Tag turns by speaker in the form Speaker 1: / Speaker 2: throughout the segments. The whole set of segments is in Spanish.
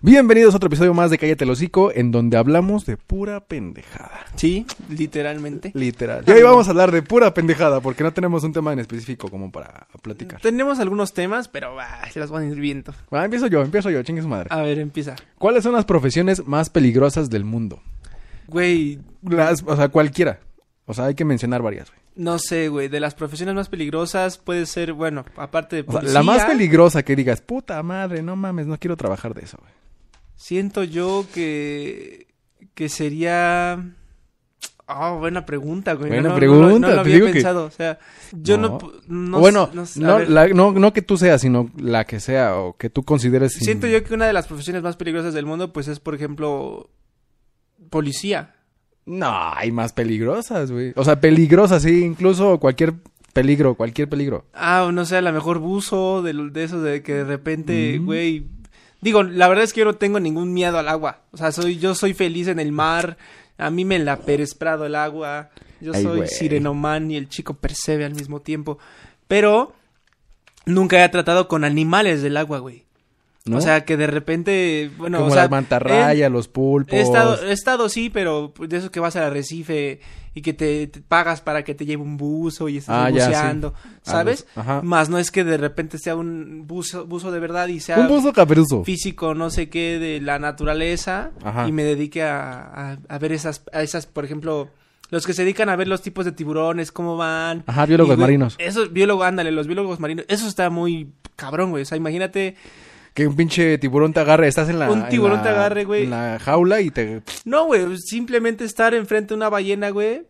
Speaker 1: Bienvenidos a otro episodio más de Cállate el Hocico, en donde hablamos de pura pendejada.
Speaker 2: Sí, literalmente.
Speaker 1: Literal. Y hoy vamos a hablar de pura pendejada, porque no tenemos un tema en específico como para platicar.
Speaker 2: Tenemos algunos temas, pero bah, se los van a ir viendo.
Speaker 1: Ah, empiezo yo, empiezo yo, chingue su madre.
Speaker 2: A ver, empieza.
Speaker 1: ¿Cuáles son las profesiones más peligrosas del mundo?
Speaker 2: Güey,
Speaker 1: Las, o sea, cualquiera. O sea, hay que mencionar varias, güey.
Speaker 2: no sé, güey. De las profesiones más peligrosas puede ser, bueno, aparte de
Speaker 1: O sea,
Speaker 2: policía.
Speaker 1: la más peligrosa que digas, puta madre, no mames, no quiero trabajar de eso, güey.
Speaker 2: Siento yo que. que sería. Ah, buena pregunta, güey.
Speaker 1: Buena
Speaker 2: no,
Speaker 1: pregunta,
Speaker 2: No, no, no
Speaker 1: te
Speaker 2: lo había
Speaker 1: digo que-
Speaker 2: pensado. O sea, yo no.
Speaker 1: No.
Speaker 2: pu- no
Speaker 1: O bueno,
Speaker 2: s- no sé, a
Speaker 1: no,
Speaker 2: ver.
Speaker 1: la- no- no que tú seas, sino la que sea o que tú consideres. sin-
Speaker 2: Siento yo que una de las profesiones más peligrosas del mundo, pues es, por ejemplo, policía.
Speaker 1: No, hay más peligrosas, güey. O sea, peligrosas, sí, incluso cualquier peligro, cualquier peligro.
Speaker 2: Ah, no sé, a lo mejor buzo de, lo- de eso de que de repente,
Speaker 1: Mm.
Speaker 2: güey. Digo, la verdad es que yo no tengo ningún miedo al agua. O sea, soy, yo soy feliz en el mar. A mí me la peresprado el agua. Yo
Speaker 1: Ay,
Speaker 2: soy
Speaker 1: güey.
Speaker 2: sirenoman y el chico percebe al mismo tiempo. Pero nunca he tratado con animales del agua, güey.
Speaker 1: ¿no?
Speaker 2: O sea, que de repente, bueno,
Speaker 1: como
Speaker 2: o sea,
Speaker 1: las mantarrayas, los
Speaker 2: he-
Speaker 1: pulpos.
Speaker 2: He estado,
Speaker 1: Pues
Speaker 2: he estado sí, pero de eso que vas al arrecife y que te, te pagas para que te lleve un buzo y estás
Speaker 1: Ah, ya, sí.
Speaker 2: buceando,
Speaker 1: A
Speaker 2: ¿sabes?
Speaker 1: los- ajá.
Speaker 2: Más no es que de repente sea un buzo, buzo de verdad y sea
Speaker 1: Un buzo caperuso.
Speaker 2: físico no sé qué de la naturaleza
Speaker 1: Ajá.
Speaker 2: y me dedique a, a- a ver esas, a esas, por ejemplo, los que se dedican a ver los tipos de tiburones, cómo van.
Speaker 1: Ajá, biólogos
Speaker 2: Y, güey,
Speaker 1: marinos.
Speaker 2: Esos biólogos, ándale, los biólogos marinos. Eso está muy cabrón, güey. O sea, imagínate
Speaker 1: Que un pinche tiburón te agarre. Estás en la.
Speaker 2: Un
Speaker 1: en
Speaker 2: tiburón
Speaker 1: la-
Speaker 2: te agarre, güey.
Speaker 1: En la jaula y te.
Speaker 2: No, güey, pues, simplemente estar enfrente de una ballena, güey.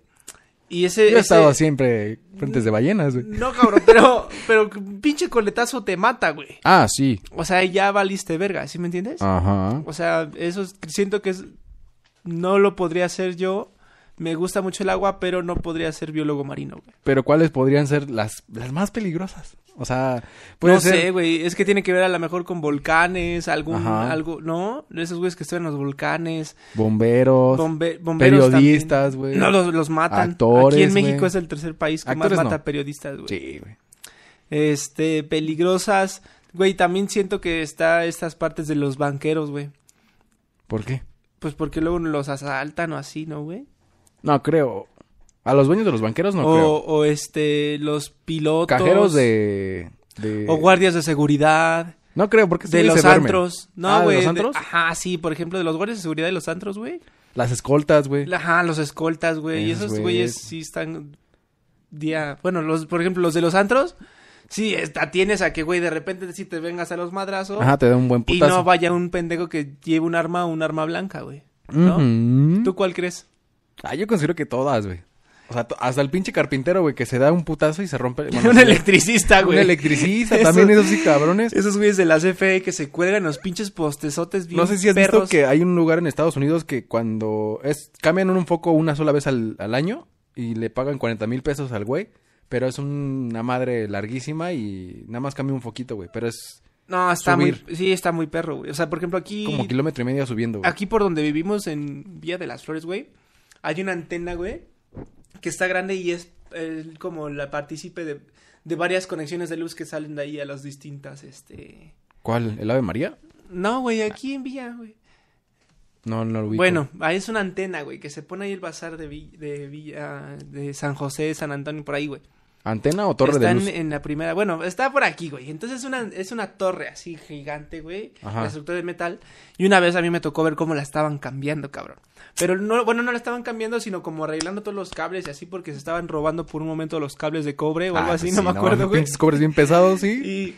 Speaker 2: Y ese...
Speaker 1: Yo he
Speaker 2: ese-
Speaker 1: estado siempre frentes de ballenas, güey.
Speaker 2: No, cabrón, pero, pero un pinche coletazo te mata, güey.
Speaker 1: Ah, sí.
Speaker 2: O sea, ya valiste verga, ¿sí me entiendes?
Speaker 1: Ah. Ajá.
Speaker 2: O sea, eso es- siento que es, no lo podría hacer yo. Me gusta mucho el agua, pero no podría ser biólogo marino, güey.
Speaker 1: Pero ¿cuáles podrían ser las, las más peligrosas? O sea, puede
Speaker 2: no
Speaker 1: ser.
Speaker 2: sé, güey. Es que tiene que ver a lo mejor con volcanes, algún,
Speaker 1: Ajá.
Speaker 2: algo, ¿no? Esos güeyes que están en los volcanes.
Speaker 1: Bomberos.
Speaker 2: Bombe- bomberos
Speaker 1: periodistas, güey.
Speaker 2: también. No, los, los matan.
Speaker 1: Actores,
Speaker 2: Aquí en México
Speaker 1: güey.
Speaker 2: es el tercer país que
Speaker 1: Actores
Speaker 2: más
Speaker 1: no.
Speaker 2: mata periodistas, güey.
Speaker 1: Sí, güey.
Speaker 2: Este, peligrosas. Güey, también siento que está estas partes de los banqueros, güey.
Speaker 1: ¿Por qué?
Speaker 2: Pues porque luego los asaltan o así, ¿no, güey?
Speaker 1: No creo. A los dueños de los banqueros no
Speaker 2: o,
Speaker 1: creo.
Speaker 2: o este, los pilotos.
Speaker 1: Cajeros de. de-
Speaker 2: O guardias de seguridad.
Speaker 1: No creo, porque
Speaker 2: De los antros. No,
Speaker 1: Ah, ¿de
Speaker 2: güey.
Speaker 1: los
Speaker 2: de-
Speaker 1: antros?
Speaker 2: Ajá, sí, por ejemplo, de los guardias de seguridad de los antros, güey.
Speaker 1: Las escoltas, güey.
Speaker 2: Ajá, los escoltas, güey. Y
Speaker 1: Esos
Speaker 2: esos
Speaker 1: güeyes.
Speaker 2: güeyes sí están día. Bueno, los, por ejemplo, los de los antros, sí, está, tienes a que, güey, de repente sí te vengas a los madrazos
Speaker 1: Ajá, te da un buen
Speaker 2: y
Speaker 1: putazo.
Speaker 2: no vaya un pendejo que lleve un arma, un arma blanca, güey. ¿No?
Speaker 1: Ujú.
Speaker 2: ¿Tú cuál crees?
Speaker 1: Ah, yo considero que todas, güey. O sea, to- hasta el pinche carpintero, güey, que se da un putazo y se rompe. bueno,
Speaker 2: un
Speaker 1: sí,
Speaker 2: electricista,
Speaker 1: un
Speaker 2: güey.
Speaker 1: electricista,
Speaker 2: Eso-
Speaker 1: también esos sí cabrones.
Speaker 2: Esos güeyes de la CFE que se cuelgan los pinches postezotes bien
Speaker 1: No sé si has
Speaker 2: perros.
Speaker 1: visto que hay un lugar en Estados Unidos que cuando es cambian un foco una sola vez al, al año y le pagan 40 mil pesos al güey, pero es un- una madre larguísima y nada más cambia un foquito, güey, pero es
Speaker 2: No, está
Speaker 1: subir.
Speaker 2: muy... Sí, está muy perro, güey. O sea, por ejemplo, aquí...
Speaker 1: como kilómetro y medio subiendo, güey.
Speaker 2: Aquí por donde vivimos en Vía de las Flores, güey, hay una antena, güey, que está grande y es eh, como la partícipe de, de varias conexiones de luz que salen de ahí a las distintas, este...
Speaker 1: ¿Cuál? ¿El Ave María?
Speaker 2: No, güey, aquí en Villa, güey.
Speaker 1: No, no lo ubico.
Speaker 2: Bueno, ahí es una antena, güey, que se pone ahí el bazar de, Vi- de Villa, de San José, San Antonio, por ahí, güey.
Speaker 1: ¿Antena o torre
Speaker 2: está
Speaker 1: de
Speaker 2: en-
Speaker 1: luz?
Speaker 2: En, la primera, bueno, está por aquí, güey. Entonces es una, es una torre así gigante, güey.
Speaker 1: Ajá.
Speaker 2: La estructura de metal. Y una vez a mí me tocó ver cómo la estaban cambiando, cabrón. Pero no, bueno, no la estaban cambiando, sino como arreglando todos los cables y así porque se estaban robando por un momento los cables de cobre o algo
Speaker 1: Ah,
Speaker 2: así,
Speaker 1: pues
Speaker 2: no
Speaker 1: sí,
Speaker 2: me acuerdo,
Speaker 1: mames,
Speaker 2: güey.
Speaker 1: Pinches cobres bien pesados, sí.
Speaker 2: Y,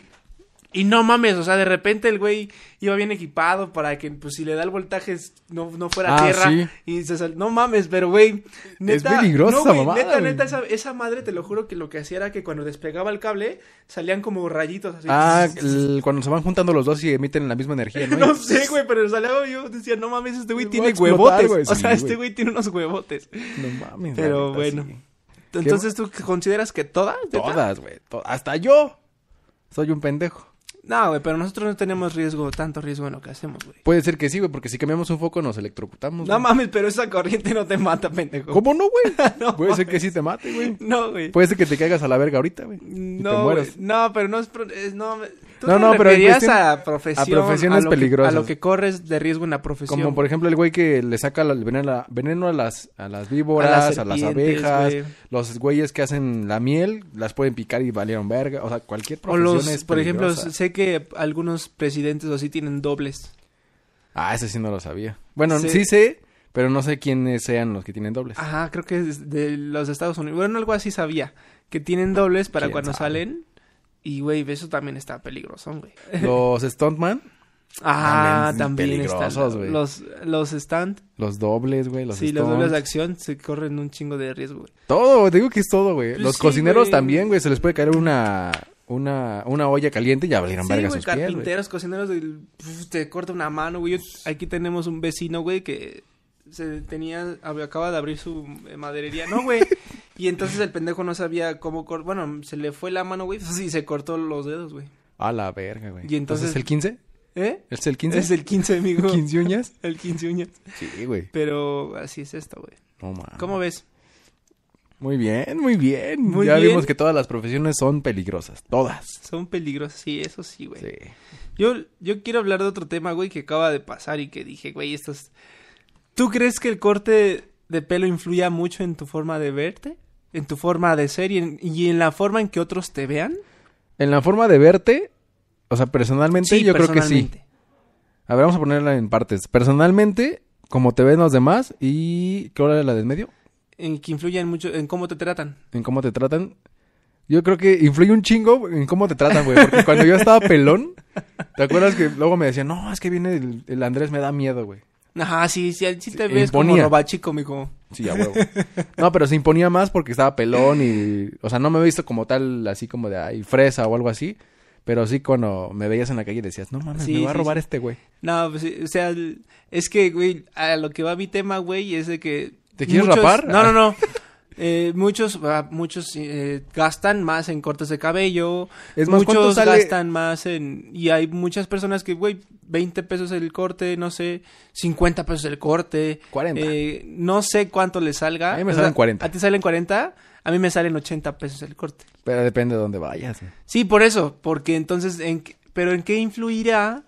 Speaker 2: y no mames, o sea, de repente el güey iba bien equipado para que, pues, si le da el voltaje es- no, no fuera
Speaker 1: Ah,
Speaker 2: tierra.
Speaker 1: sí.
Speaker 2: Y se sal... No mames, pero güey, neta.
Speaker 1: peligrosa
Speaker 2: no, güey,
Speaker 1: mamada,
Speaker 2: Neta,
Speaker 1: güey.
Speaker 2: neta, esa, esa madre, te lo juro que lo que hacía era que cuando desplegaba el cable salían como rayitos así.
Speaker 1: Ah, el- cuando se van juntando los dos y emiten la misma energía, ¿no?
Speaker 2: No sé, güey, pero salía yo decía, no mames, este güey
Speaker 1: Va a
Speaker 2: tiene
Speaker 1: explotar,
Speaker 2: huevotes.
Speaker 1: güey,
Speaker 2: o
Speaker 1: sí,
Speaker 2: sea, este
Speaker 1: güey.
Speaker 2: güey tiene unos huevotes.
Speaker 1: No mames.
Speaker 2: Pero
Speaker 1: la neta,
Speaker 2: bueno.
Speaker 1: sí.
Speaker 2: Entonces, ¿tú consideras que todas? neta?
Speaker 1: Todas, güey. to- Hasta yo. Soy un pendejo.
Speaker 2: No, güey, pero nosotros no tenemos riesgo, tanto riesgo en lo que hacemos, güey.
Speaker 1: Puede ser que sí, güey, porque si cambiamos un foco nos electrocutamos.
Speaker 2: No
Speaker 1: güey.
Speaker 2: mames, pero esa corriente no te mata, pendejo.
Speaker 1: ¿Cómo no, güey?
Speaker 2: No
Speaker 1: Puede ser que sí te mate, güey.
Speaker 2: No, güey.
Speaker 1: Puede ser que te caigas a la verga ahorita, güey. y te
Speaker 2: Mm, no, güey.
Speaker 1: mueras.
Speaker 2: no, pero no es, pro- es- no, Tú
Speaker 1: No,
Speaker 2: te
Speaker 1: no, pero en
Speaker 2: referías
Speaker 1: cuestión-
Speaker 2: a profesión.
Speaker 1: a profesiones
Speaker 2: lo que-
Speaker 1: peligrosas.
Speaker 2: a lo que corres de riesgo en la profesión.
Speaker 1: Como por ejemplo el güey que le saca la- el veneno, a- veneno a las a las víboras, a las,
Speaker 2: serpientes,
Speaker 1: abejas,
Speaker 2: güey.
Speaker 1: los güeyes que hacen la miel, las pueden picar y valieron verga, o sea, cualquier
Speaker 2: O
Speaker 1: profesión
Speaker 2: los,
Speaker 1: es
Speaker 2: por ejemplo,
Speaker 1: peligrosa.
Speaker 2: sé que algunos presidentes o así tienen dobles.
Speaker 1: Ah, ese sí no lo sabía. Bueno,
Speaker 2: Sí. Ah.
Speaker 1: sí, sé, pero no sé quiénes sean los que tienen dobles.
Speaker 2: Ajá, creo que es de los de Estados Unidos. Bueno, algo así sabía. Que tienen dobles para
Speaker 1: ¿Quién
Speaker 2: cuando
Speaker 1: sabe?
Speaker 2: salen. Y, güey, eso también está peligroso, güey.
Speaker 1: Los stuntman,
Speaker 2: Ah,
Speaker 1: También
Speaker 2: también, están
Speaker 1: peligrosos, güey.
Speaker 2: los, los stand.
Speaker 1: los dobles, güey, los
Speaker 2: sí,
Speaker 1: stunts.
Speaker 2: los dobles de acción se corren un chingo de riesgo, güey.
Speaker 1: Todo, te digo que es todo, güey.
Speaker 2: Pues
Speaker 1: los
Speaker 2: sí,
Speaker 1: cocineros
Speaker 2: güey.
Speaker 1: también, güey, se les puede caer una una una olla caliente y ya valieron
Speaker 2: Sí,
Speaker 1: verga
Speaker 2: güey,
Speaker 1: sus pies, güey.
Speaker 2: carpinteros, cocineros, del- uf, te corta una mano, güey. Yo- Aquí tenemos un vecino, güey, que se tenía, ab- acaba de abrir su eh, maderería, ¿no, güey? y entonces el pendejo no sabía cómo cortar, bueno, se le fue la mano, güey, y se cortó los dedos, güey.
Speaker 1: A la verga, güey.
Speaker 2: Y entonces-
Speaker 1: ¿es el 15?
Speaker 2: ¿Eh?
Speaker 1: ¿Es el 15?
Speaker 2: Es el 15, amigo.
Speaker 1: 15 uñas?
Speaker 2: El 15 uñas.
Speaker 1: Sí, güey.
Speaker 2: Pero así es esto, güey.
Speaker 1: No mames.
Speaker 2: ¿Cómo ves?
Speaker 1: Muy bien, muy bien.
Speaker 2: Muy
Speaker 1: ya
Speaker 2: bien.
Speaker 1: vimos que todas las profesiones son peligrosas. Todas.
Speaker 2: Son peligrosos, sí, eso sí, güey.
Speaker 1: Sí.
Speaker 2: Yo, yo quiero hablar de otro tema, güey, que acaba de pasar y que dije, güey, esto es... ¿Tú crees que el corte de pelo influya mucho en tu forma de verte? ¿En tu forma de ser y en, y en la forma en que otros te vean?
Speaker 1: En la forma de verte, o sea, personalmente, yo creo que sí.
Speaker 2: personalmente.
Speaker 1: A ver, vamos a ponerla en partes. Personalmente, como te ven los demás y... ¿Qué hora era la del medio?
Speaker 2: En que influyen mucho en cómo te tratan.
Speaker 1: En cómo te tratan. Yo creo que influye un chingo en cómo te tratan, güey. Porque cuando yo estaba pelón, ¿te acuerdas que luego me decían, no, es que viene el, el Andrés, me da miedo, güey?
Speaker 2: Ajá, sí, sí, sí te
Speaker 1: Sí,
Speaker 2: ves como
Speaker 1: imponía.
Speaker 2: robachico, mijo.
Speaker 1: Sí, a huevo. No, pero se imponía más porque estaba pelón y... O sea, no me he visto como tal, así como de ay, fresa o algo así. Pero sí cuando me veías en la calle decías, no mames,
Speaker 2: Sí,
Speaker 1: me va a
Speaker 2: sí,
Speaker 1: robar
Speaker 2: sí.
Speaker 1: este güey.
Speaker 2: No, pues, sí, o sea, el- es que, güey, a lo que va mi tema, güey, es de que...
Speaker 1: ¿Te quieres
Speaker 2: muchos-
Speaker 1: rapar?
Speaker 2: No, no, no. Eh, muchos ah, muchos eh, gastan más en cortes de cabello.
Speaker 1: Es más, ¿cuánto
Speaker 2: muchos
Speaker 1: sale?
Speaker 2: gastan más en... Y hay muchas personas que, güey, 20 pesos el corte, no sé, 50 pesos el corte.
Speaker 1: 40.
Speaker 2: eh, no sé cuánto le salga.
Speaker 1: A mí me salen 40.
Speaker 2: ¿A ti salen 40? A mí me salen 80 pesos el corte.
Speaker 1: Pero depende de dónde vayas. güey.
Speaker 2: Sí, por eso, porque entonces, ¿en qué- pero ¿en qué influirá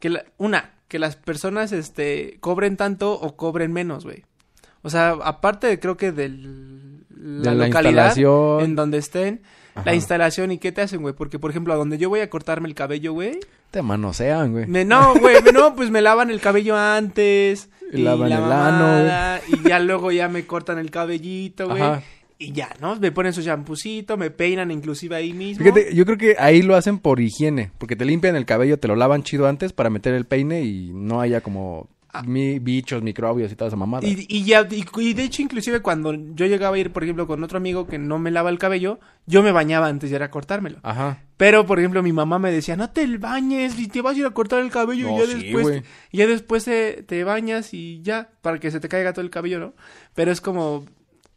Speaker 2: que la- una, que las personas este, cobren tanto o cobren menos, güey? O sea, aparte de, creo que del, la
Speaker 1: De la
Speaker 2: localidad
Speaker 1: instalación.
Speaker 2: en donde estén, la
Speaker 1: Ajá.
Speaker 2: instalación y qué te hacen, güey. Porque, por ejemplo, a donde yo voy a cortarme el cabello, güey,
Speaker 1: Te manosean, güey.
Speaker 2: me, no, güey, me- no, pues me lavan el cabello antes.
Speaker 1: Y
Speaker 2: Y
Speaker 1: lavan
Speaker 2: la
Speaker 1: el ano,
Speaker 2: mamada, Y ya luego ya me cortan el cabellito, güey.
Speaker 1: Ajá.
Speaker 2: Y ya, ¿no? Me ponen su champucito, me peinan inclusive ahí mismo.
Speaker 1: Fíjate, yo creo que ahí lo hacen por higiene. Porque te limpian el cabello, te lo lavan chido antes para meter el peine y no haya como mi- bichos, microbios y toda esa mamada.
Speaker 2: Ah. Y, y ya, y, y de hecho, inclusive cuando yo llegaba a ir, por ejemplo, con otro amigo que no me lava el cabello, yo me bañaba antes de ir a cortármelo.
Speaker 1: Ajá.
Speaker 2: Pero, por ejemplo, mi mamá me decía, no te bañes, y te vas a ir a cortar el cabello
Speaker 1: No,
Speaker 2: y ya
Speaker 1: sí,
Speaker 2: después,
Speaker 1: güey.
Speaker 2: y ya después eh, te bañas y ya, para que se te caiga todo el cabello, ¿no? Pero es como,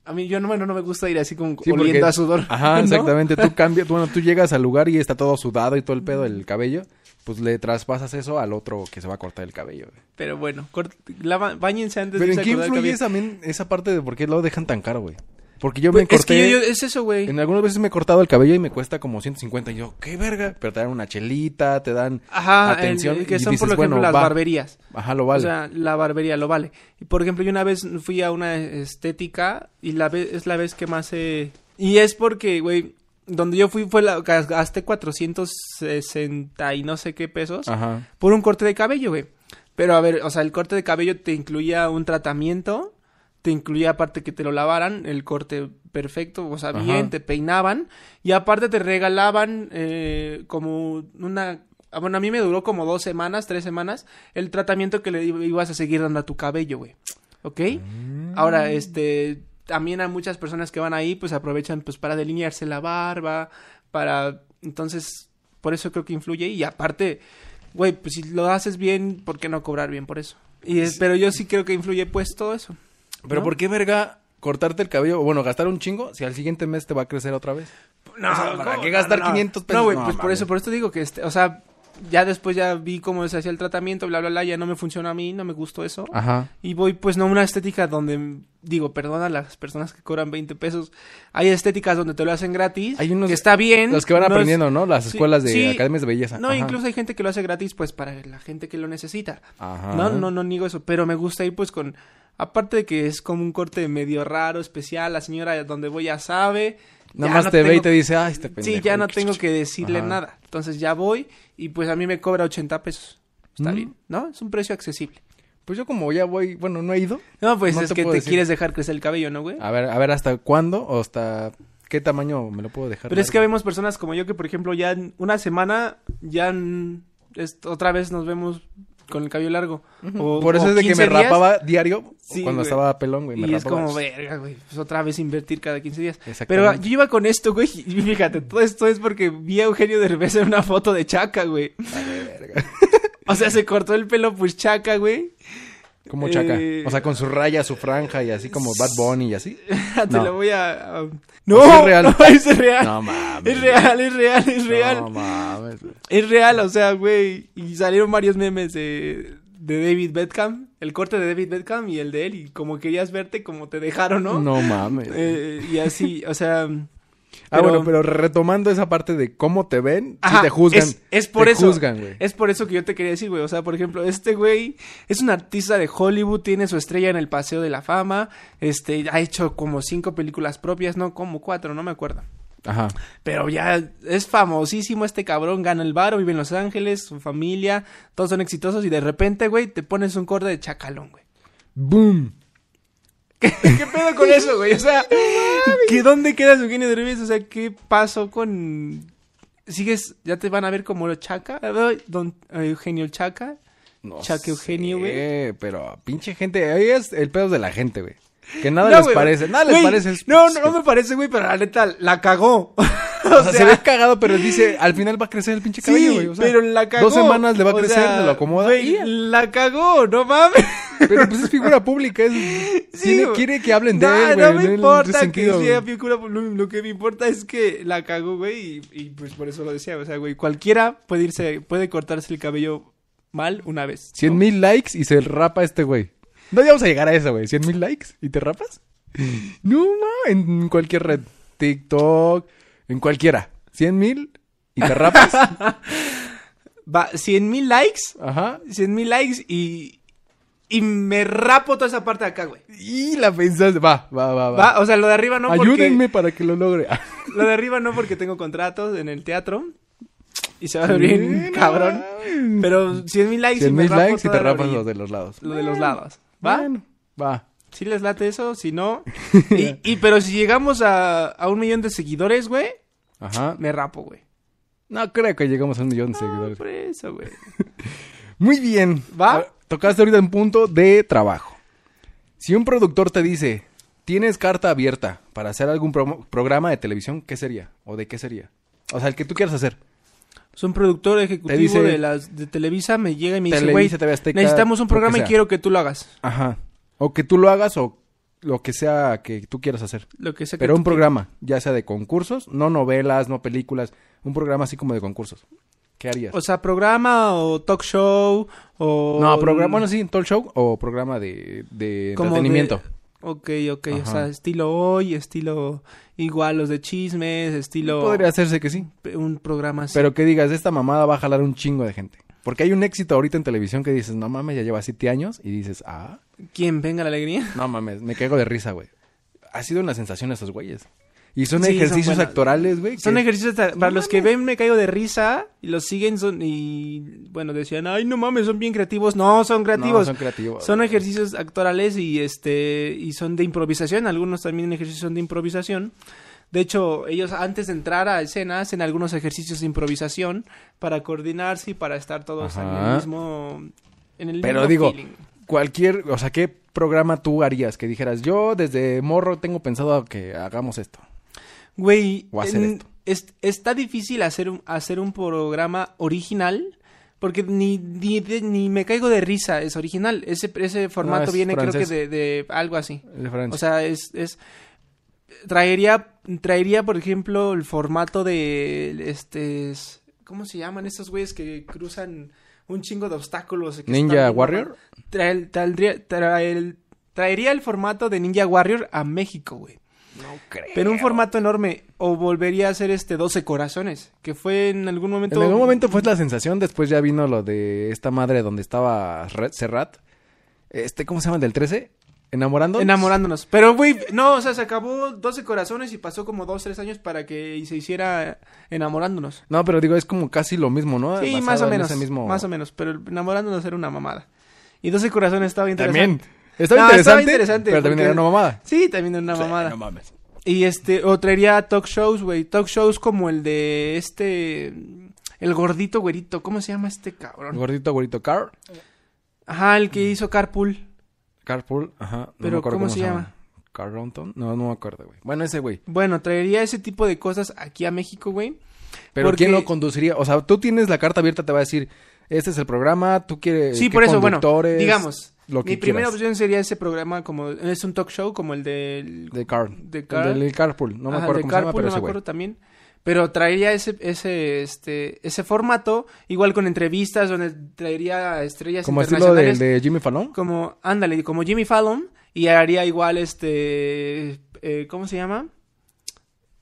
Speaker 2: a mí yo no, bueno, no me gusta ir así como
Speaker 1: Sí, porque-
Speaker 2: oliendo a sudor.
Speaker 1: Ajá,
Speaker 2: ¿no?
Speaker 1: exactamente. Tú cambias, bueno, tú llegas al lugar y está todo sudado y todo el pedo del cabello. Pues le traspasas eso al otro que se va a cortar el cabello. güey.
Speaker 2: Pero bueno, cort- lava- bañense antes
Speaker 1: Pero
Speaker 2: de
Speaker 1: ¿en
Speaker 2: irse
Speaker 1: qué
Speaker 2: a cortar el
Speaker 1: influye
Speaker 2: cabello.
Speaker 1: también esa parte de por qué lo dejan tan caro, güey? Porque yo me
Speaker 2: Pues,
Speaker 1: corté...
Speaker 2: es que yo, yo- es eso, güey.
Speaker 1: En algunas veces me he cortado el cabello y me cuesta como 150. Y yo, qué verga. Pero te dan una chelita, te dan
Speaker 2: Ajá, el-
Speaker 1: atención.
Speaker 2: que
Speaker 1: y
Speaker 2: son, por
Speaker 1: dices,
Speaker 2: ejemplo,
Speaker 1: bueno,
Speaker 2: las
Speaker 1: va.
Speaker 2: barberías.
Speaker 1: Ajá, lo vale.
Speaker 2: O sea, la barbería lo vale. Y, Por ejemplo, yo una vez fui a una estética y la ve- es la vez que más eh, Y es porque, güey, donde yo fui fue la... gas- Gasté 460 y no sé qué pesos
Speaker 1: Ajá.
Speaker 2: por un corte de cabello, güey. Pero a ver, o sea, el corte de cabello te incluía un tratamiento, te incluía aparte que te lo lavaran, el corte perfecto, o sea,
Speaker 1: Ajá.
Speaker 2: bien, te peinaban y aparte te regalaban eh, como una... ah, Bueno, a mí me duró como dos semanas, tres semanas, el tratamiento que le i- ibas a seguir dando a tu cabello, güey. ¿Ok? Ahora, este, también hay muchas personas que van ahí, pues aprovechan pues para delinearse la barba, para... Entonces, por eso creo que influye y aparte, güey, pues si lo haces bien, ¿por qué no cobrar bien por eso? Y es- pero yo sí creo que influye pues todo eso.
Speaker 1: Pero
Speaker 2: ¿no?
Speaker 1: ¿por qué verga cortarte el cabello? O bueno, gastar un chingo si al siguiente mes te va a crecer otra vez.
Speaker 2: No,
Speaker 1: O sea, ¿para
Speaker 2: ¿cómo?
Speaker 1: qué gastar
Speaker 2: No, no, no.
Speaker 1: 500 pesos?
Speaker 2: No, güey,
Speaker 1: No,
Speaker 2: pues por
Speaker 1: mames.
Speaker 2: eso, por esto digo que, este, o sea, ya después ya vi cómo se hacía el tratamiento, bla, bla, bla, ya no me funcionó a mí, no me gustó eso.
Speaker 1: Ajá.
Speaker 2: Y voy, pues, no a una estética donde, digo, perdona a las personas que cobran 20 pesos. Hay estéticas donde te lo hacen gratis.
Speaker 1: Hay unos-
Speaker 2: que está bien.
Speaker 1: Los que van
Speaker 2: no es-
Speaker 1: aprendiendo, ¿no? Las
Speaker 2: sí,
Speaker 1: escuelas de
Speaker 2: sí.
Speaker 1: academias de belleza.
Speaker 2: No,
Speaker 1: Ajá.
Speaker 2: incluso hay gente que lo hace gratis, pues, para la gente que lo necesita.
Speaker 1: Ajá.
Speaker 2: No, no, no niego eso, pero me gusta ir, pues, con... Aparte de que es como un corte medio raro, especial, la señora donde voy ya sabe.
Speaker 1: Nada
Speaker 2: ya
Speaker 1: más
Speaker 2: no
Speaker 1: te ve y
Speaker 2: tengo-
Speaker 1: te dice, ah, este pendejo.
Speaker 2: Sí, ya no tengo que decirle
Speaker 1: Ajá.
Speaker 2: nada. Entonces ya voy y pues a mí me cobra 80 pesos. Está
Speaker 1: Mm.
Speaker 2: bien, ¿no? Es un precio accesible.
Speaker 1: Pues yo como ya voy, bueno, no he ido.
Speaker 2: No, pues
Speaker 1: No
Speaker 2: es
Speaker 1: te
Speaker 2: que te
Speaker 1: puedo decir. Ah,
Speaker 2: quieres dejar crecer el cabello, ¿no, güey?
Speaker 1: A ver, a ver hasta cuándo o hasta qué tamaño me lo puedo dejar.
Speaker 2: Pero es que
Speaker 1: largo.
Speaker 2: vemos personas como yo que, por ejemplo, ya en una semana, ya en- es- otra vez nos vemos con el cabello largo. O-
Speaker 1: Por eso
Speaker 2: o
Speaker 1: es de que me
Speaker 2: 15 días,
Speaker 1: rapaba diario
Speaker 2: Sí,
Speaker 1: cuando
Speaker 2: güey.
Speaker 1: estaba pelón, güey. Me
Speaker 2: Y es
Speaker 1: rapaba.
Speaker 2: como, verga, güey, pues otra vez invertir cada 15 días. Pero
Speaker 1: Exactamente.
Speaker 2: yo iba con esto, güey, y fíjate, todo esto es porque vi a Eugenio Derbez en una foto de Chaca, güey. O sea, se cortó el pelo, pues Chaca, güey.
Speaker 1: Como chaca.
Speaker 2: eh,
Speaker 1: O sea, con su raya, su franja y así como Bad Bunny y así.
Speaker 2: Te
Speaker 1: No.
Speaker 2: lo voy a. a-
Speaker 1: No,
Speaker 2: No,
Speaker 1: es real.
Speaker 2: no, es real.
Speaker 1: No mames.
Speaker 2: es real, es real, es real.
Speaker 1: No mames. güey.
Speaker 2: Es real, o sea, güey. Y salieron varios memes de, de David Beckham. El corte de David Beckham y el de él. Y como querías verte, como te dejaron, ¿no?
Speaker 1: No mames.
Speaker 2: Eh, y así, o sea.
Speaker 1: ah, bueno, pero retomando esa parte de cómo te ven, si
Speaker 2: Ajá,
Speaker 1: te juzgan.
Speaker 2: Es, es por
Speaker 1: te
Speaker 2: eso. Eh,
Speaker 1: juzgan, güey.
Speaker 2: Es por eso que yo te quería decir, güey. O sea, por ejemplo, este güey es un artista de Hollywood, tiene su estrella en el Paseo de la Fama. Este, ha hecho como cinco películas propias, no, como cuatro, no me acuerdo.
Speaker 1: Ajá.
Speaker 2: Pero ya es famosísimo este cabrón, gana el varo, vive en Los Ángeles, su familia, todos son exitosos y de repente, güey, te pones un corte de chacalón, güey.
Speaker 1: Boom.
Speaker 2: ¿Qué pedo con eso, güey? O sea, ¿qué, ¿dónde queda Eugenio Derbez? O sea, ¿qué pasó con...? ¿Sigues? ¿Ya te van a ver como lo chaca? eh, Don eh, Eugenio el chaca.
Speaker 1: No
Speaker 2: Chaca
Speaker 1: sé,
Speaker 2: Eugenio, güey.
Speaker 1: Pero pinche gente, ahí es el pedo de la gente, güey. Que nada
Speaker 2: No,
Speaker 1: les
Speaker 2: güey.
Speaker 1: parece, nada les
Speaker 2: Güey,
Speaker 1: parece. es- Ah,
Speaker 2: No, no, no me parece, güey, pero la neta, la cagó.
Speaker 1: O sea, se ve cagado, pero dice, al final va a crecer el pinche cabello,
Speaker 2: Sí,
Speaker 1: güey. o sea,
Speaker 2: pero la cagó.
Speaker 1: Dos semanas le va a
Speaker 2: O
Speaker 1: crecer,
Speaker 2: sea,
Speaker 1: se lo acomoda.
Speaker 2: güey,
Speaker 1: y ya.
Speaker 2: la cagó, no mames.
Speaker 1: Pero pues es figura pública, es,
Speaker 2: Sí,
Speaker 1: tiene-
Speaker 2: güey.
Speaker 1: quiere que hablen de
Speaker 2: No,
Speaker 1: él, güey.
Speaker 2: no
Speaker 1: en
Speaker 2: me
Speaker 1: el
Speaker 2: importa que
Speaker 1: sentido,
Speaker 2: sea
Speaker 1: güey.
Speaker 2: figura, lo, lo que me importa es que la cagó, güey, y, y, pues por eso lo decía, o sea, güey, cualquiera puede irse, puede cortarse el cabello mal una vez.
Speaker 1: 100 mil likes y se rapa este güey. No ya vamos a llegar a eso, güey. 100 mil likes y te rapas. No, no, en cualquier red. TikTok, en cualquiera. 100 mil y te rapas.
Speaker 2: Va, 100 mil likes,
Speaker 1: Ajá.
Speaker 2: 100 mil likes y, y me rapo toda esa parte de acá, güey.
Speaker 1: Y la pensaste. Va, va, va, va.
Speaker 2: Va, o sea, lo de arriba no porque...
Speaker 1: Ayúdenme para que lo logre.
Speaker 2: Lo de arriba no porque tengo contratos en el teatro y se va a abrir
Speaker 1: Sí,
Speaker 2: un
Speaker 1: no
Speaker 2: cabrón.
Speaker 1: mames.
Speaker 2: Pero 100 mil likes
Speaker 1: 100
Speaker 2: y me
Speaker 1: mil
Speaker 2: rapo
Speaker 1: likes y
Speaker 2: toda
Speaker 1: te
Speaker 2: la
Speaker 1: rapas
Speaker 2: orilla.
Speaker 1: los de los lados.
Speaker 2: Lo de los lados. ¿Va?
Speaker 1: Bueno, va.
Speaker 2: Si les late eso, si no. Y, y- pero si llegamos a, a un millón de seguidores, güey,
Speaker 1: Ajá.
Speaker 2: me rapo, güey.
Speaker 1: No creo que llegamos a un millón de seguidores.
Speaker 2: Por eso, güey.
Speaker 1: Muy bien.
Speaker 2: ¿Va?
Speaker 1: A ver, Tocaste ahorita un punto de trabajo. Si un productor te dice, tienes carta abierta para hacer algún promo- programa de televisión, ¿qué sería? ¿O de qué sería? O sea, el que tú quieras hacer.
Speaker 2: Es un productor ejecutivo
Speaker 1: Te dice-
Speaker 2: de, las, de Televisa, me llega y me dice,
Speaker 1: Televisa,
Speaker 2: güey,
Speaker 1: TV Azteca,
Speaker 2: necesitamos un
Speaker 1: lo que
Speaker 2: programa y
Speaker 1: sea".
Speaker 2: quiero que tú lo hagas.
Speaker 1: Ajá. O que tú lo hagas o lo que sea que tú quieras hacer.
Speaker 2: Lo que sea que
Speaker 1: Pero
Speaker 2: tú
Speaker 1: un programa, ya sea de concursos, no novelas, no películas, un programa así como de concursos. ¿Qué harías?
Speaker 2: quieras. O sea, programa o talk show o...
Speaker 1: no, programa, bueno, sí, talk show o programa de, de
Speaker 2: como de-
Speaker 1: entretenimiento.
Speaker 2: Ok, ok, o
Speaker 1: Ajá.
Speaker 2: sea, estilo hoy, estilo igual los de chismes, estilo
Speaker 1: Podría hacerse que sí.
Speaker 2: un programa así.
Speaker 1: Pero que digas, esta mamada va a jalar un chingo de gente. Porque hay un éxito ahorita en televisión que dices, no mames, ya lleva siete años. Y dices, ah,
Speaker 2: ¿Quién venga la alegría?
Speaker 1: no mames, me caigo de risa, güey. Ha sido una sensación esos güeyes. Y son
Speaker 2: Sí, son
Speaker 1: ejercicios
Speaker 2: buenas.
Speaker 1: actorales, güey.
Speaker 2: Son
Speaker 1: que-
Speaker 2: ejercicios ta- para los que ven me caigo de risa y los siguen son y bueno decían ay no mames son bien creativos no son creativos
Speaker 1: No, son
Speaker 2: son,
Speaker 1: creativos.
Speaker 2: ejercicios actorales y este y son de improvisación algunos también ejercicios son de improvisación de hecho ellos antes de entrar a escena hacen algunos ejercicios de improvisación para coordinarse y para estar todos en
Speaker 1: Ajá.
Speaker 2: el mismo en el
Speaker 1: Pero
Speaker 2: mismo
Speaker 1: digo,
Speaker 2: feeling.
Speaker 1: cualquier, o sea, ¿qué programa tú harías? Que dijeras, yo desde morro tengo pensado que hagamos esto.
Speaker 2: Güey,
Speaker 1: O hacer
Speaker 2: en-
Speaker 1: esto.
Speaker 2: es- está difícil hacer un, hacer un programa original porque ni, ni, de- ni me caigo de risa, es original. Ese, ese formato
Speaker 1: es
Speaker 2: viene
Speaker 1: francés.
Speaker 2: creo que de, de algo así.
Speaker 1: De Francia.
Speaker 2: O sea, es, es traería traería por ejemplo el formato de este es- ¿Cómo se llaman estos güeyes que cruzan un chingo de obstáculos? y que
Speaker 1: Ninja
Speaker 2: están bien
Speaker 1: Warrior?
Speaker 2: mamón? Trael- traeldría- trael- traería el formato de Ninja Warrior a México, güey.
Speaker 1: No creo.
Speaker 2: Pero un formato enorme. O volvería a ser este 12 corazones. Que fue en algún momento.
Speaker 1: En algún momento fue la sensación, después ya vino lo de esta madre donde estaba Re- Serrat. Este, ¿cómo se llama el del 13? Enamorando.
Speaker 2: Enamorándonos. Pero, güey, no, o sea, se acabó 12 corazones y pasó como 2, 3 años para que se hiciera enamorándonos.
Speaker 1: No, pero digo, es como casi lo mismo, ¿no?
Speaker 2: Sí,
Speaker 1: Basado
Speaker 2: más o
Speaker 1: en
Speaker 2: menos.
Speaker 1: ese mismo-
Speaker 2: Más o menos. Pero el enamorándonos era una mamada. Y 12 corazones estaba interesante.
Speaker 1: También. Estaba,
Speaker 2: No,
Speaker 1: interesante,
Speaker 2: estaba interesante,
Speaker 1: Pero también
Speaker 2: porque-
Speaker 1: era una mamada.
Speaker 2: Sí, también era una mamada.
Speaker 1: No mames.
Speaker 2: Y este, o traería talk shows, güey. Talk shows como el de este. El gordito güerito. ¿Cómo se llama este cabrón?
Speaker 1: Gordito, güerito, Car.
Speaker 2: Ajá, el que hizo Carpool.
Speaker 1: Carpool, ajá. No
Speaker 2: Pero,
Speaker 1: me acuerdo
Speaker 2: ¿cómo se llama?
Speaker 1: Carlton. No, no me acuerdo, güey. Bueno, ese güey.
Speaker 2: Bueno, traería ese tipo de cosas aquí a México, güey.
Speaker 1: Pero
Speaker 2: Porque-
Speaker 1: ¿quién lo conduciría? O sea, tú tienes la carta abierta, te va a decir, este es el programa, tú quieres...
Speaker 2: Sí,
Speaker 1: Eh, qué
Speaker 2: por eso, bueno,
Speaker 1: conductores,
Speaker 2: digamos.
Speaker 1: Lo que
Speaker 2: mi primera
Speaker 1: quieras.
Speaker 2: opción sería ese programa como... Es un talk show como el del...
Speaker 1: De Car.
Speaker 2: de
Speaker 1: De
Speaker 2: Car.
Speaker 1: Del Carpool. No me
Speaker 2: Ajá,
Speaker 1: acuerdo
Speaker 2: de
Speaker 1: cómo
Speaker 2: Carpool,
Speaker 1: se llama, pero
Speaker 2: no me
Speaker 1: ese güey.
Speaker 2: acuerdo también. Pero traería ese, ese, este, ese formato, igual con entrevistas, donde traería a estrellas
Speaker 1: Como estilo
Speaker 2: internacionales.
Speaker 1: del de Jimmy Fallon.
Speaker 2: Como, ándale, como Jimmy Fallon. Y haría igual este... eh, ¿Cómo se llama?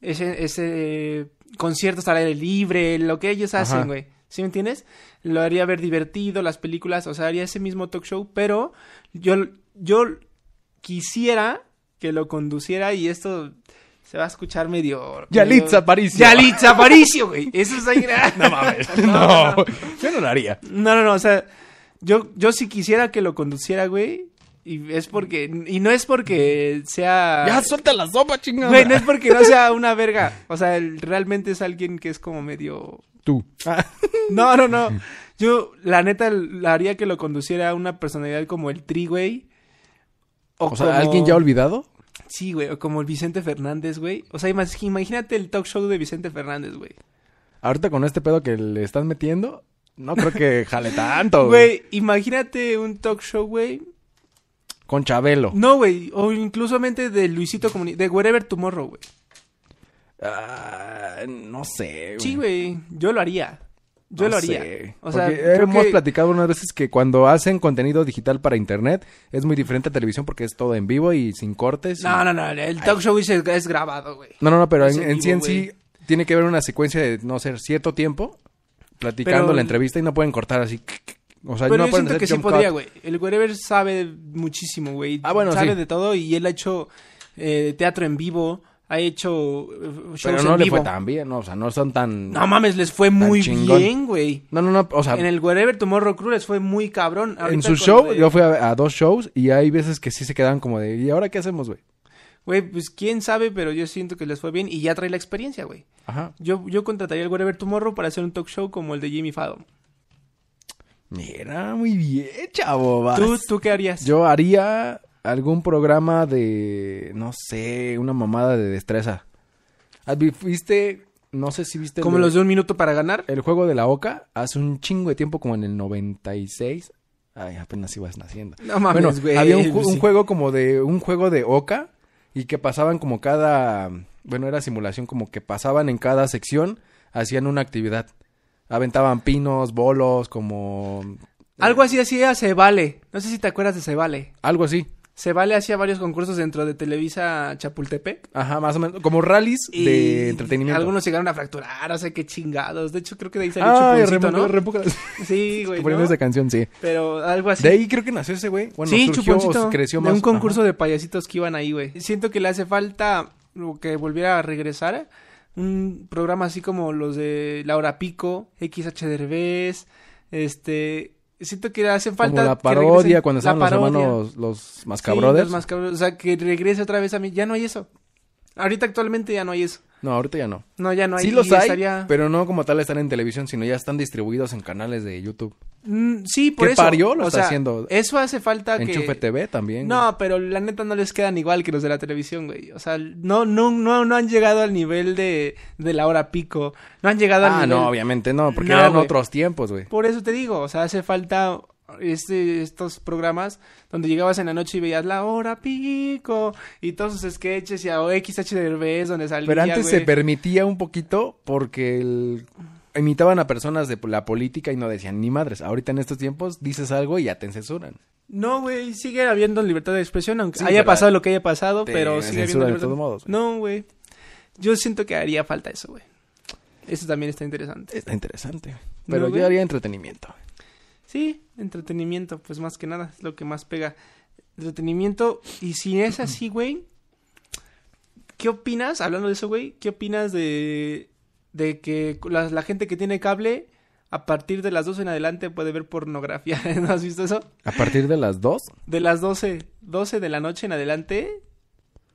Speaker 2: Ese, ese conciertos al aire libre, lo que ellos
Speaker 1: Ajá.
Speaker 2: hacen, güey. ¿Sí me entiendes? Lo haría ver divertido, las películas, o sea, haría ese mismo talk show, pero yo, yo quisiera que lo conduciera y esto se va a escuchar medio...
Speaker 1: Yalitza
Speaker 2: medio-
Speaker 1: Aparicio.
Speaker 2: Yalitza Aparicio, güey. Eso es ahí. no mames.
Speaker 1: No, yo no lo haría.
Speaker 2: No, no, no, o sea, yo, yo sí quisiera que lo conduciera, güey. Y es porque, y no es porque sea...
Speaker 1: Ya, suelta la sopa, chingada.
Speaker 2: Ah. Güey, no es porque no sea una verga. O sea, él realmente es alguien que es como medio...
Speaker 1: Tú.
Speaker 2: No, no, no. Yo, la neta, l- haría que lo conduciera una personalidad como el Tri, güey.
Speaker 1: O sea,
Speaker 2: como-
Speaker 1: ¿alguien ya olvidado?
Speaker 2: Sí, güey, o como el Vicente Fernández, güey. O sea, imag- imagínate el talk show de Vicente Fernández, güey.
Speaker 1: Ahorita con este pedo que le están metiendo, no creo que jale tanto, Oh, güey.
Speaker 2: Güey, imagínate un talk show, güey.
Speaker 1: Con Chabelo.
Speaker 2: No, güey, o incluso mente de Luisito Comuni de Wherever Tomorrow, güey.
Speaker 1: Ah, no sé, güey.
Speaker 2: Sí, güey, yo lo haría. Yo
Speaker 1: No
Speaker 2: lo haría.
Speaker 1: sé.
Speaker 2: O sea,
Speaker 1: Porque
Speaker 2: creo
Speaker 1: hemos
Speaker 2: que-
Speaker 1: platicado unas veces que cuando hacen contenido digital para internet es muy diferente a televisión porque es todo en vivo y sin cortes. y-
Speaker 2: No, no, no, el talk show es, es grabado, güey.
Speaker 1: No, no, no, pero
Speaker 2: Es
Speaker 1: en,
Speaker 2: en
Speaker 1: en sí en
Speaker 2: vivo,
Speaker 1: sí tiene que haber una secuencia de, no sé, cierto tiempo platicando
Speaker 2: Pero-
Speaker 1: la entrevista y no pueden cortar así. O sea,
Speaker 2: Pero
Speaker 1: no
Speaker 2: yo
Speaker 1: pueden
Speaker 2: siento
Speaker 1: hacer
Speaker 2: que sí
Speaker 1: jump cut.
Speaker 2: podría, güey. El Wherever sabe muchísimo, güey.
Speaker 1: Ah, bueno,
Speaker 2: Sabe
Speaker 1: sí.
Speaker 2: de todo y él ha hecho eh, teatro en vivo, ha hecho eh, shows
Speaker 1: Pero no
Speaker 2: en
Speaker 1: le
Speaker 2: vivo.
Speaker 1: fue tan bien, ¿no? O sea, no son tan...
Speaker 2: No mames, les fue muy
Speaker 1: chingón.
Speaker 2: bien, güey.
Speaker 1: no, no, no, o sea,
Speaker 2: En el Wherever Tomorrow Crew les fue muy cabrón.
Speaker 1: en
Speaker 2: Ahorita
Speaker 1: su
Speaker 2: con
Speaker 1: show,
Speaker 2: lo de-
Speaker 1: yo fui a, a dos shows y hay veces que sí se quedan como de, ¿y ahora qué hacemos, güey?
Speaker 2: Güey, pues quién sabe, pero yo siento que les fue bien y ya trae la experiencia, güey.
Speaker 1: Ajá.
Speaker 2: Yo, yo contrataría el Wherever Tomorrow para hacer un talk show como el de Jimmy Fallon.
Speaker 1: Mira, muy bien, chavo. vas.
Speaker 2: ¿Tú, ¿Tú qué harías?
Speaker 1: Ah, Yo haría algún programa de, no sé, una mamada de destreza. Ah, vi- ¿Viste? No sé si viste... el
Speaker 2: como
Speaker 1: de-
Speaker 2: los de un minuto para ganar.
Speaker 1: El juego de la Oca hace un chingo de tiempo, como en el 96. Ay, apenas ibas naciendo.
Speaker 2: No mames,
Speaker 1: bueno,
Speaker 2: güey,
Speaker 1: había un, ju-
Speaker 2: sí.
Speaker 1: un juego como de un juego de Oca y que pasaban como cada, bueno, era simulación como que pasaban en cada sección, hacían una actividad. Aventaban pinos, bolos, como
Speaker 2: Algo así hacía Se Vale. No sé si te acuerdas de Se Vale.
Speaker 1: algo así.
Speaker 2: Se Vale hacía varios concursos dentro de Televisa Chapultepec.
Speaker 1: Ajá, más o menos como rallies
Speaker 2: Y
Speaker 1: de entretenimiento.
Speaker 2: Algunos llegaron a fracturar, o sea, qué chingados. De hecho, creo que de ahí salió
Speaker 1: Ay,
Speaker 2: Chuponcito,
Speaker 1: remoca-
Speaker 2: ¿no?
Speaker 1: remoca-
Speaker 2: Sí, güey,
Speaker 1: poniendo
Speaker 2: ¿no?
Speaker 1: esa canción, sí.
Speaker 2: Pero algo así.
Speaker 1: De ahí creo que nació ese güey. Bueno,
Speaker 2: sí,
Speaker 1: surgió,
Speaker 2: Chuponcito.
Speaker 1: creció
Speaker 2: de
Speaker 1: más.
Speaker 2: un
Speaker 1: Ajá.
Speaker 2: concurso de payasitos que iban ahí, güey. Siento que le hace falta o que volviera a regresar un programa así como los de Laura Pico, XH Derbez, este... Siento que le hace falta...
Speaker 1: como la
Speaker 2: que regresen-
Speaker 1: parodia cuando
Speaker 2: la
Speaker 1: estaban los
Speaker 2: parodia.
Speaker 1: hermanos los
Speaker 2: Sí,
Speaker 1: mascabrothers.
Speaker 2: los Mascabrothers. O sea, que regrese otra vez a mí. Ya no hay eso. Ahorita actualmente ya no hay eso.
Speaker 1: No, ahorita ya no.
Speaker 2: No, ya no hay.
Speaker 1: sí los
Speaker 2: y
Speaker 1: hay,
Speaker 2: estaría-
Speaker 1: pero no como tal están en televisión, sino ya están distribuidos en canales de YouTube.
Speaker 2: Mm, sí, por
Speaker 1: ¿Qué
Speaker 2: eso.
Speaker 1: parió? Lo
Speaker 2: o
Speaker 1: está
Speaker 2: sea,
Speaker 1: haciendo.
Speaker 2: Eso hace falta Ah, que...
Speaker 1: Enchufe TV también. güey.
Speaker 2: No, pero la neta no les quedan igual que los de la televisión, güey. O sea, no, no, no, no han llegado al nivel de, de la hora pico. No han llegado al
Speaker 1: Ah,
Speaker 2: nivel.
Speaker 1: no, obviamente no, porque
Speaker 2: No,
Speaker 1: eran
Speaker 2: güey.
Speaker 1: otros tiempos, güey.
Speaker 2: Por eso te digo, o sea, hace falta este, estos programas donde llegabas en la noche y veías la hora pico y todos sus sketches y a XH Derbez donde salía,
Speaker 1: Pero antes se
Speaker 2: güey.
Speaker 1: permitía un poquito porque el imitaban a personas de la política y no decían ni madres. Ahorita en estos tiempos dices algo y ya te censuran.
Speaker 2: No, güey, sigue habiendo libertad de expresión, aunque
Speaker 1: Sí,
Speaker 2: haya
Speaker 1: ¿verdad?
Speaker 2: pasado lo que haya pasado,
Speaker 1: Te
Speaker 2: pero sigue habiendo
Speaker 1: censuran de
Speaker 2: libertad.
Speaker 1: todos modos, güey.
Speaker 2: no, güey. Yo siento que haría falta eso, güey. Eso también está interesante.
Speaker 1: Está interesante. Pero
Speaker 2: güey?
Speaker 1: yo haría entretenimiento.
Speaker 2: Sí, entretenimiento, pues más que nada, es lo que más pega. Entretenimiento, y si es así, güey, ¿qué opinas, hablando de eso, güey, qué opinas de, de que la, la gente que tiene cable, a partir de las 12 en adelante puede ver pornografía? ¿No has visto eso?
Speaker 1: A partir de las dos.
Speaker 2: De las 12, 12 de la noche en adelante,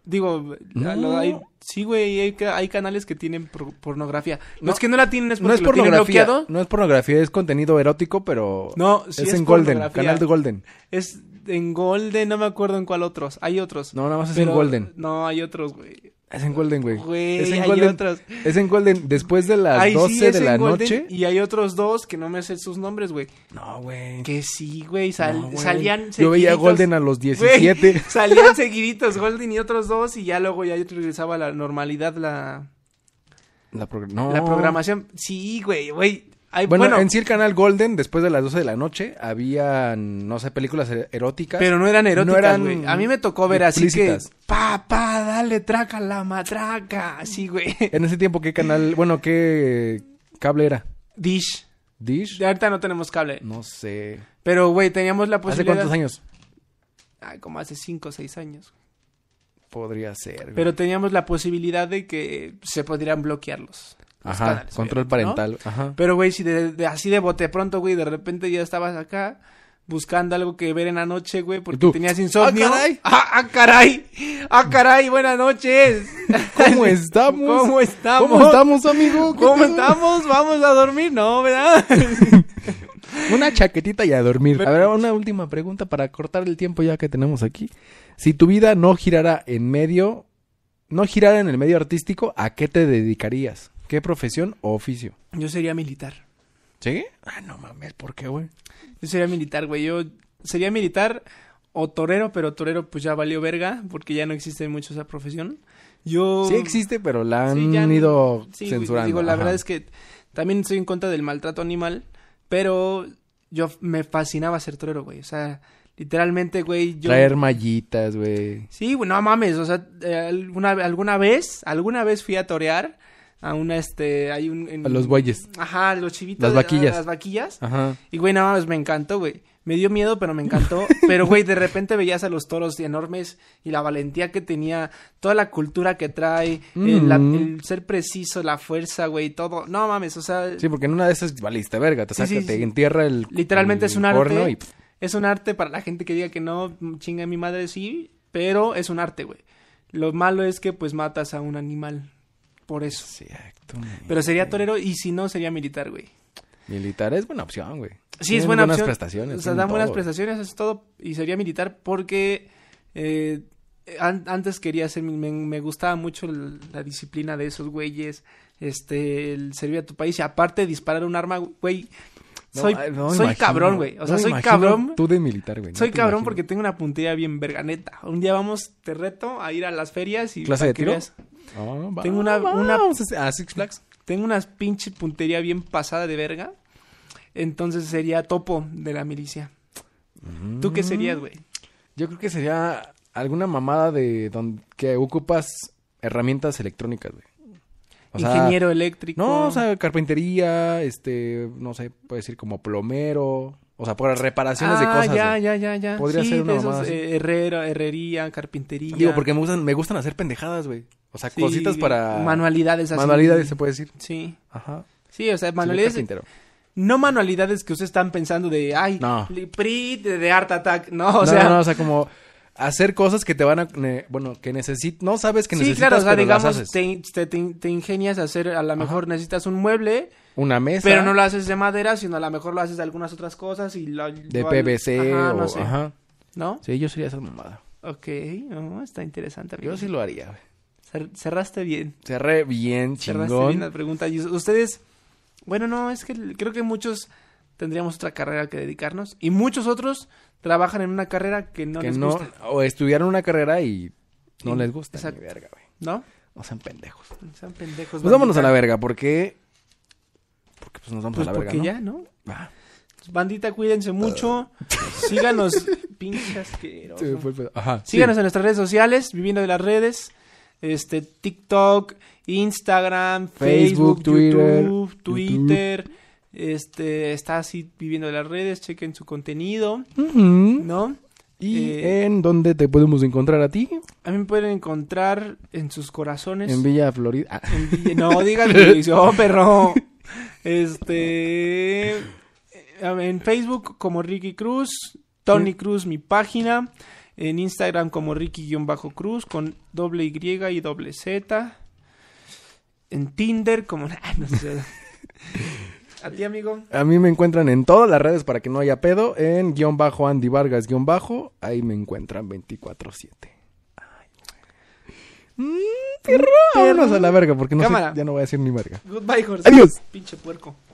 Speaker 2: digo,
Speaker 1: No.
Speaker 2: lo- hay- sí, güey, hay, ca- hay canales que tienen por- pornografía. No,
Speaker 1: No.
Speaker 2: es que no la tienen, es porque
Speaker 1: No es
Speaker 2: lo tienen
Speaker 1: pornografía.
Speaker 2: bloqueado.
Speaker 1: No es pornografía, es contenido erótico, pero
Speaker 2: No, sí
Speaker 1: es, en Golden,
Speaker 2: pornografía.
Speaker 1: canal de Golden.
Speaker 2: Es en Golden, no me acuerdo en cuál otros. Hay otros.
Speaker 1: No, nada más es
Speaker 2: Pero-
Speaker 1: en Golden.
Speaker 2: No, hay otros, güey.
Speaker 1: Es en Golden, güey.
Speaker 2: Güey,
Speaker 1: es en
Speaker 2: hay
Speaker 1: Golden.
Speaker 2: otros.
Speaker 1: Es en Golden después de las
Speaker 2: Ay, sí,
Speaker 1: 12
Speaker 2: es
Speaker 1: de
Speaker 2: en
Speaker 1: la
Speaker 2: Golden
Speaker 1: noche.
Speaker 2: Y hay otros dos que no me sé sus nombres, güey.
Speaker 1: No, güey.
Speaker 2: Que sí, güey. sal-
Speaker 1: No, güey.
Speaker 2: salían
Speaker 1: Yo veía
Speaker 2: seguiditos.
Speaker 1: Golden a los
Speaker 2: Güey,
Speaker 1: 17.
Speaker 2: salían seguiditos Golden y otros dos y ya luego ya regresaba a la normalidad la,
Speaker 1: La, prog- no.
Speaker 2: la programación. Sí, güey, güey. Ay,
Speaker 1: Bueno,
Speaker 2: Bueno,
Speaker 1: en sí el canal Golden, después de las 12 de la noche, habían, no sé, películas er- eróticas.
Speaker 2: pero no eran eróticas,
Speaker 1: eran
Speaker 2: güey. a mí me tocó ver así que...
Speaker 1: explícitas.
Speaker 2: Pa, pa, dale, traca la matraca. Así, güey.
Speaker 1: En ese tiempo, ¿qué canal? Bueno, ¿qué cable era?
Speaker 2: Dish.
Speaker 1: ¿Dish?
Speaker 2: Ya ahorita no tenemos cable.
Speaker 1: No sé.
Speaker 2: Pero, güey, teníamos la
Speaker 1: ¿Hace
Speaker 2: posibilidad.
Speaker 1: cuántos años?
Speaker 2: Ay, como hace 5 o 6 años.
Speaker 1: Podría ser. güey.
Speaker 2: Pero teníamos la posibilidad de que se podrían bloquearlos. los
Speaker 1: Ajá,
Speaker 2: canales,
Speaker 1: control
Speaker 2: obviamente, ¿no?
Speaker 1: parental. Ajá.
Speaker 2: Pero, güey, si de, de- así de bote pronto, güey, de repente ya estabas acá buscando algo que ver en la noche, güey, porque
Speaker 1: ¿Y tú?
Speaker 2: tenías insomnio.
Speaker 1: ¡Ah, caray!
Speaker 2: ¡Ah, ah, caray! ¡Ah, caray! ¡Buenas noches!
Speaker 1: ¿Cómo estamos?
Speaker 2: ¿Cómo estamos?
Speaker 1: ¿Cómo estamos, amigo? ¿Qué
Speaker 2: ¿Cómo
Speaker 1: pedo?
Speaker 2: estamos? Vamos a dormir, ¿no? ¿Verdad?
Speaker 1: Una chaquetita y a dormir.
Speaker 2: Pero-
Speaker 1: A ver, una última pregunta para cortar el tiempo ya que tenemos aquí. Si tu vida no girara en medio, no girara en el medio artístico, ¿a qué te dedicarías? ¿Qué profesión o oficio?
Speaker 2: Yo sería militar.
Speaker 1: ¿Sí? Ah, no mames, ¿por qué, güey?
Speaker 2: Yo sería militar, güey. Yo sería militar o torero, pero torero pues ya valió verga, porque ya no existe mucho esa profesión. Yo...
Speaker 1: Sí existe, pero la
Speaker 2: Oh. Sí,
Speaker 1: han
Speaker 2: ya no-
Speaker 1: ido
Speaker 2: sí, güey,
Speaker 1: censurando.
Speaker 2: Digo, la
Speaker 1: Ajá.
Speaker 2: verdad es que también estoy en contra del maltrato animal, pero yo f- me fascinaba ser torero, güey. O sea, literalmente, güey, yo...
Speaker 1: Traer mallitas, güey.
Speaker 2: Sí, güey, no mames, o sea, eh, alguna, alguna vez, alguna vez fui a torear a una, este, hay un... en-
Speaker 1: A los bueyes.
Speaker 2: Ajá, los chivitos.
Speaker 1: Las
Speaker 2: de- a-
Speaker 1: vaquillas.
Speaker 2: las vaquillas.
Speaker 1: Ajá.
Speaker 2: Y güey, nada más me encantó, güey. Me dio miedo, pero me encantó. Pero güey, de repente veías a los toros enormes y la valentía que tenía, toda la cultura que trae, el, la-
Speaker 1: Mm.
Speaker 2: el ser preciso, la fuerza, güey, todo. No mames, o sea,
Speaker 1: Sí, porque en una de esas valiste verga, te
Speaker 2: Sí,
Speaker 1: saca,
Speaker 2: sí,
Speaker 1: te
Speaker 2: sí.
Speaker 1: entierra el
Speaker 2: Literalmente
Speaker 1: el
Speaker 2: es un arte.
Speaker 1: corno y- pues,
Speaker 2: es un arte para la gente que diga que no, chinga mi madre, sí, pero es un arte, güey. Lo malo es que pues matas a un animal por eso.
Speaker 1: Exacto.
Speaker 2: Pero sería torero y si no, sería militar, güey.
Speaker 1: Militar es buena opción, güey.
Speaker 2: Sí, es
Speaker 1: Tienen
Speaker 2: buena
Speaker 1: buenas
Speaker 2: opción.
Speaker 1: prestaciones.
Speaker 2: O sea,
Speaker 1: tienen
Speaker 2: dan buenas
Speaker 1: todo.
Speaker 2: prestaciones, eso es todo. Y sería militar porque eh, an- antes quería ser, me, me gustaba mucho el- la disciplina de esos güeyes, este, el servir a tu país. Y aparte, disparar un arma, güey,
Speaker 1: No,
Speaker 2: soy,
Speaker 1: ay, no me
Speaker 2: soy
Speaker 1: imagino,
Speaker 2: cabrón, güey. O
Speaker 1: no
Speaker 2: sea,
Speaker 1: me
Speaker 2: soy
Speaker 1: imagino
Speaker 2: cabrón.
Speaker 1: Tú de militar, güey. no
Speaker 2: Soy
Speaker 1: te
Speaker 2: cabrón
Speaker 1: imagino.
Speaker 2: porque tengo una puntería bien verganeta. Un día vamos, te reto, a ir a las ferias y...
Speaker 1: ¿Clase
Speaker 2: para
Speaker 1: de
Speaker 2: que
Speaker 1: tiro?
Speaker 2: veas.
Speaker 1: Ah, va,
Speaker 2: tengo una-
Speaker 1: va,
Speaker 2: una-
Speaker 1: vamos a a Six Flags.
Speaker 2: Tengo una pinche puntería bien pasada de verga. Entonces sería topo de la milicia. ¿Tú
Speaker 1: Mm.
Speaker 2: qué serías, güey?
Speaker 1: Yo creo que sería alguna mamada de donde que ocupas herramientas electrónicas, güey. O sea,
Speaker 2: Ingeniero eléctrico.
Speaker 1: No, o sea, carpintería, este, no sé, puede decir como plomero, o sea, para reparaciones de
Speaker 2: Ah,
Speaker 1: cosas.
Speaker 2: ya,
Speaker 1: güey.
Speaker 2: ya, ya, ya.
Speaker 1: Podría
Speaker 2: sí,
Speaker 1: ser una
Speaker 2: de esos,
Speaker 1: mamada así.
Speaker 2: eh, herrero, herrería, carpintería.
Speaker 1: Digo, porque me gustan, me gustan hacer pendejadas, güey. O sea,
Speaker 2: Sí,
Speaker 1: cositas para
Speaker 2: Manualidades así.
Speaker 1: manualidades se puede decir.
Speaker 2: Sí.
Speaker 1: Ajá.
Speaker 2: Sí, o sea,
Speaker 1: Soy
Speaker 2: manualidades.
Speaker 1: carpintero.
Speaker 2: No manualidades que ustedes están pensando de, ay,
Speaker 1: No.
Speaker 2: li- PRI de, de Art Attack. No, o
Speaker 1: no,
Speaker 2: sea.
Speaker 1: no, no, o sea, como hacer cosas que te van a, ne- bueno, que necesitas, no sabes que
Speaker 2: sí,
Speaker 1: necesitas,
Speaker 2: claro, o sea,
Speaker 1: pero las
Speaker 2: digamos,
Speaker 1: haces.
Speaker 2: te, te, te- te ingenias a hacer, a lo mejor necesitas un mueble,
Speaker 1: una mesa,
Speaker 2: pero no lo haces de madera, sino a lo mejor lo haces de algunas otras cosas y lo...
Speaker 1: de
Speaker 2: lo-
Speaker 1: PVC
Speaker 2: ajá,
Speaker 1: o,
Speaker 2: no sé,
Speaker 1: ajá.
Speaker 2: ¿No?
Speaker 1: Sí, yo sería esa mamada.
Speaker 2: Ok, no, está interesante. amigo.
Speaker 1: Yo sí lo haría, güey.
Speaker 2: Cer- Cerraste bien.
Speaker 1: Cerré bien,
Speaker 2: Cerraste bien la
Speaker 1: chingón.
Speaker 2: pregunta. Y ustedes, bueno, no, es que l- creo que muchos tendríamos otra carrera que dedicarnos y muchos otros trabajan en una carrera que no
Speaker 1: que
Speaker 2: les
Speaker 1: no,
Speaker 2: gusta,
Speaker 1: o estudiaron una carrera y no
Speaker 2: Sí,
Speaker 1: les gusta.
Speaker 2: exacto.
Speaker 1: Ni verga, güey.
Speaker 2: ¿no?
Speaker 1: No sean pendejos.
Speaker 2: Sean pendejos.
Speaker 1: Pues vámonos a la
Speaker 2: bandita.
Speaker 1: verga, porque Porque pues nos vamos
Speaker 2: Pues
Speaker 1: a la verga,
Speaker 2: porque
Speaker 1: ¿no?
Speaker 2: ya, ¿no? Pues
Speaker 1: Ah,
Speaker 2: Bandita, cuídense mucho. Síganos, pinche asqueroso.
Speaker 1: se me fue el pedo. Ajá, sí.
Speaker 2: Síganos en nuestras redes sociales, Viviendo de las Redes, este, TikTok, Instagram,
Speaker 1: Facebook,
Speaker 2: Facebook,
Speaker 1: Twitter,
Speaker 2: YouTube, Twitter. Este, está así Viviendo de las Redes, chequen su contenido,
Speaker 1: Ujú.
Speaker 2: ¿no?
Speaker 1: ¿Y
Speaker 2: Eh,
Speaker 1: en dónde te podemos encontrar a ti?
Speaker 2: A mí me pueden encontrar en sus corazones.
Speaker 1: En Villa Florida. Ah,
Speaker 2: en Villa- no, digan que lo hice, oh, perro. Este, eh, en Facebook como Ricky Cruz, Tony Cruz mi página, en Instagram como Ricky-Cruz con doble Y y doble Z, en Tinder como... Ah, no sé. A ti, amigo.
Speaker 1: A mí me encuentran en todas las redes para que no haya pedo. En guión bajo Andy Vargas guión bajo. Ahí me encuentran 24-7. Ay, güey. Mm, perro. Vámonos a la verga porque no sé-
Speaker 2: Cámara.
Speaker 1: ya no voy a decir ni verga.
Speaker 2: Goodbye, Jorge.
Speaker 1: Adiós.
Speaker 2: Pinche puerco.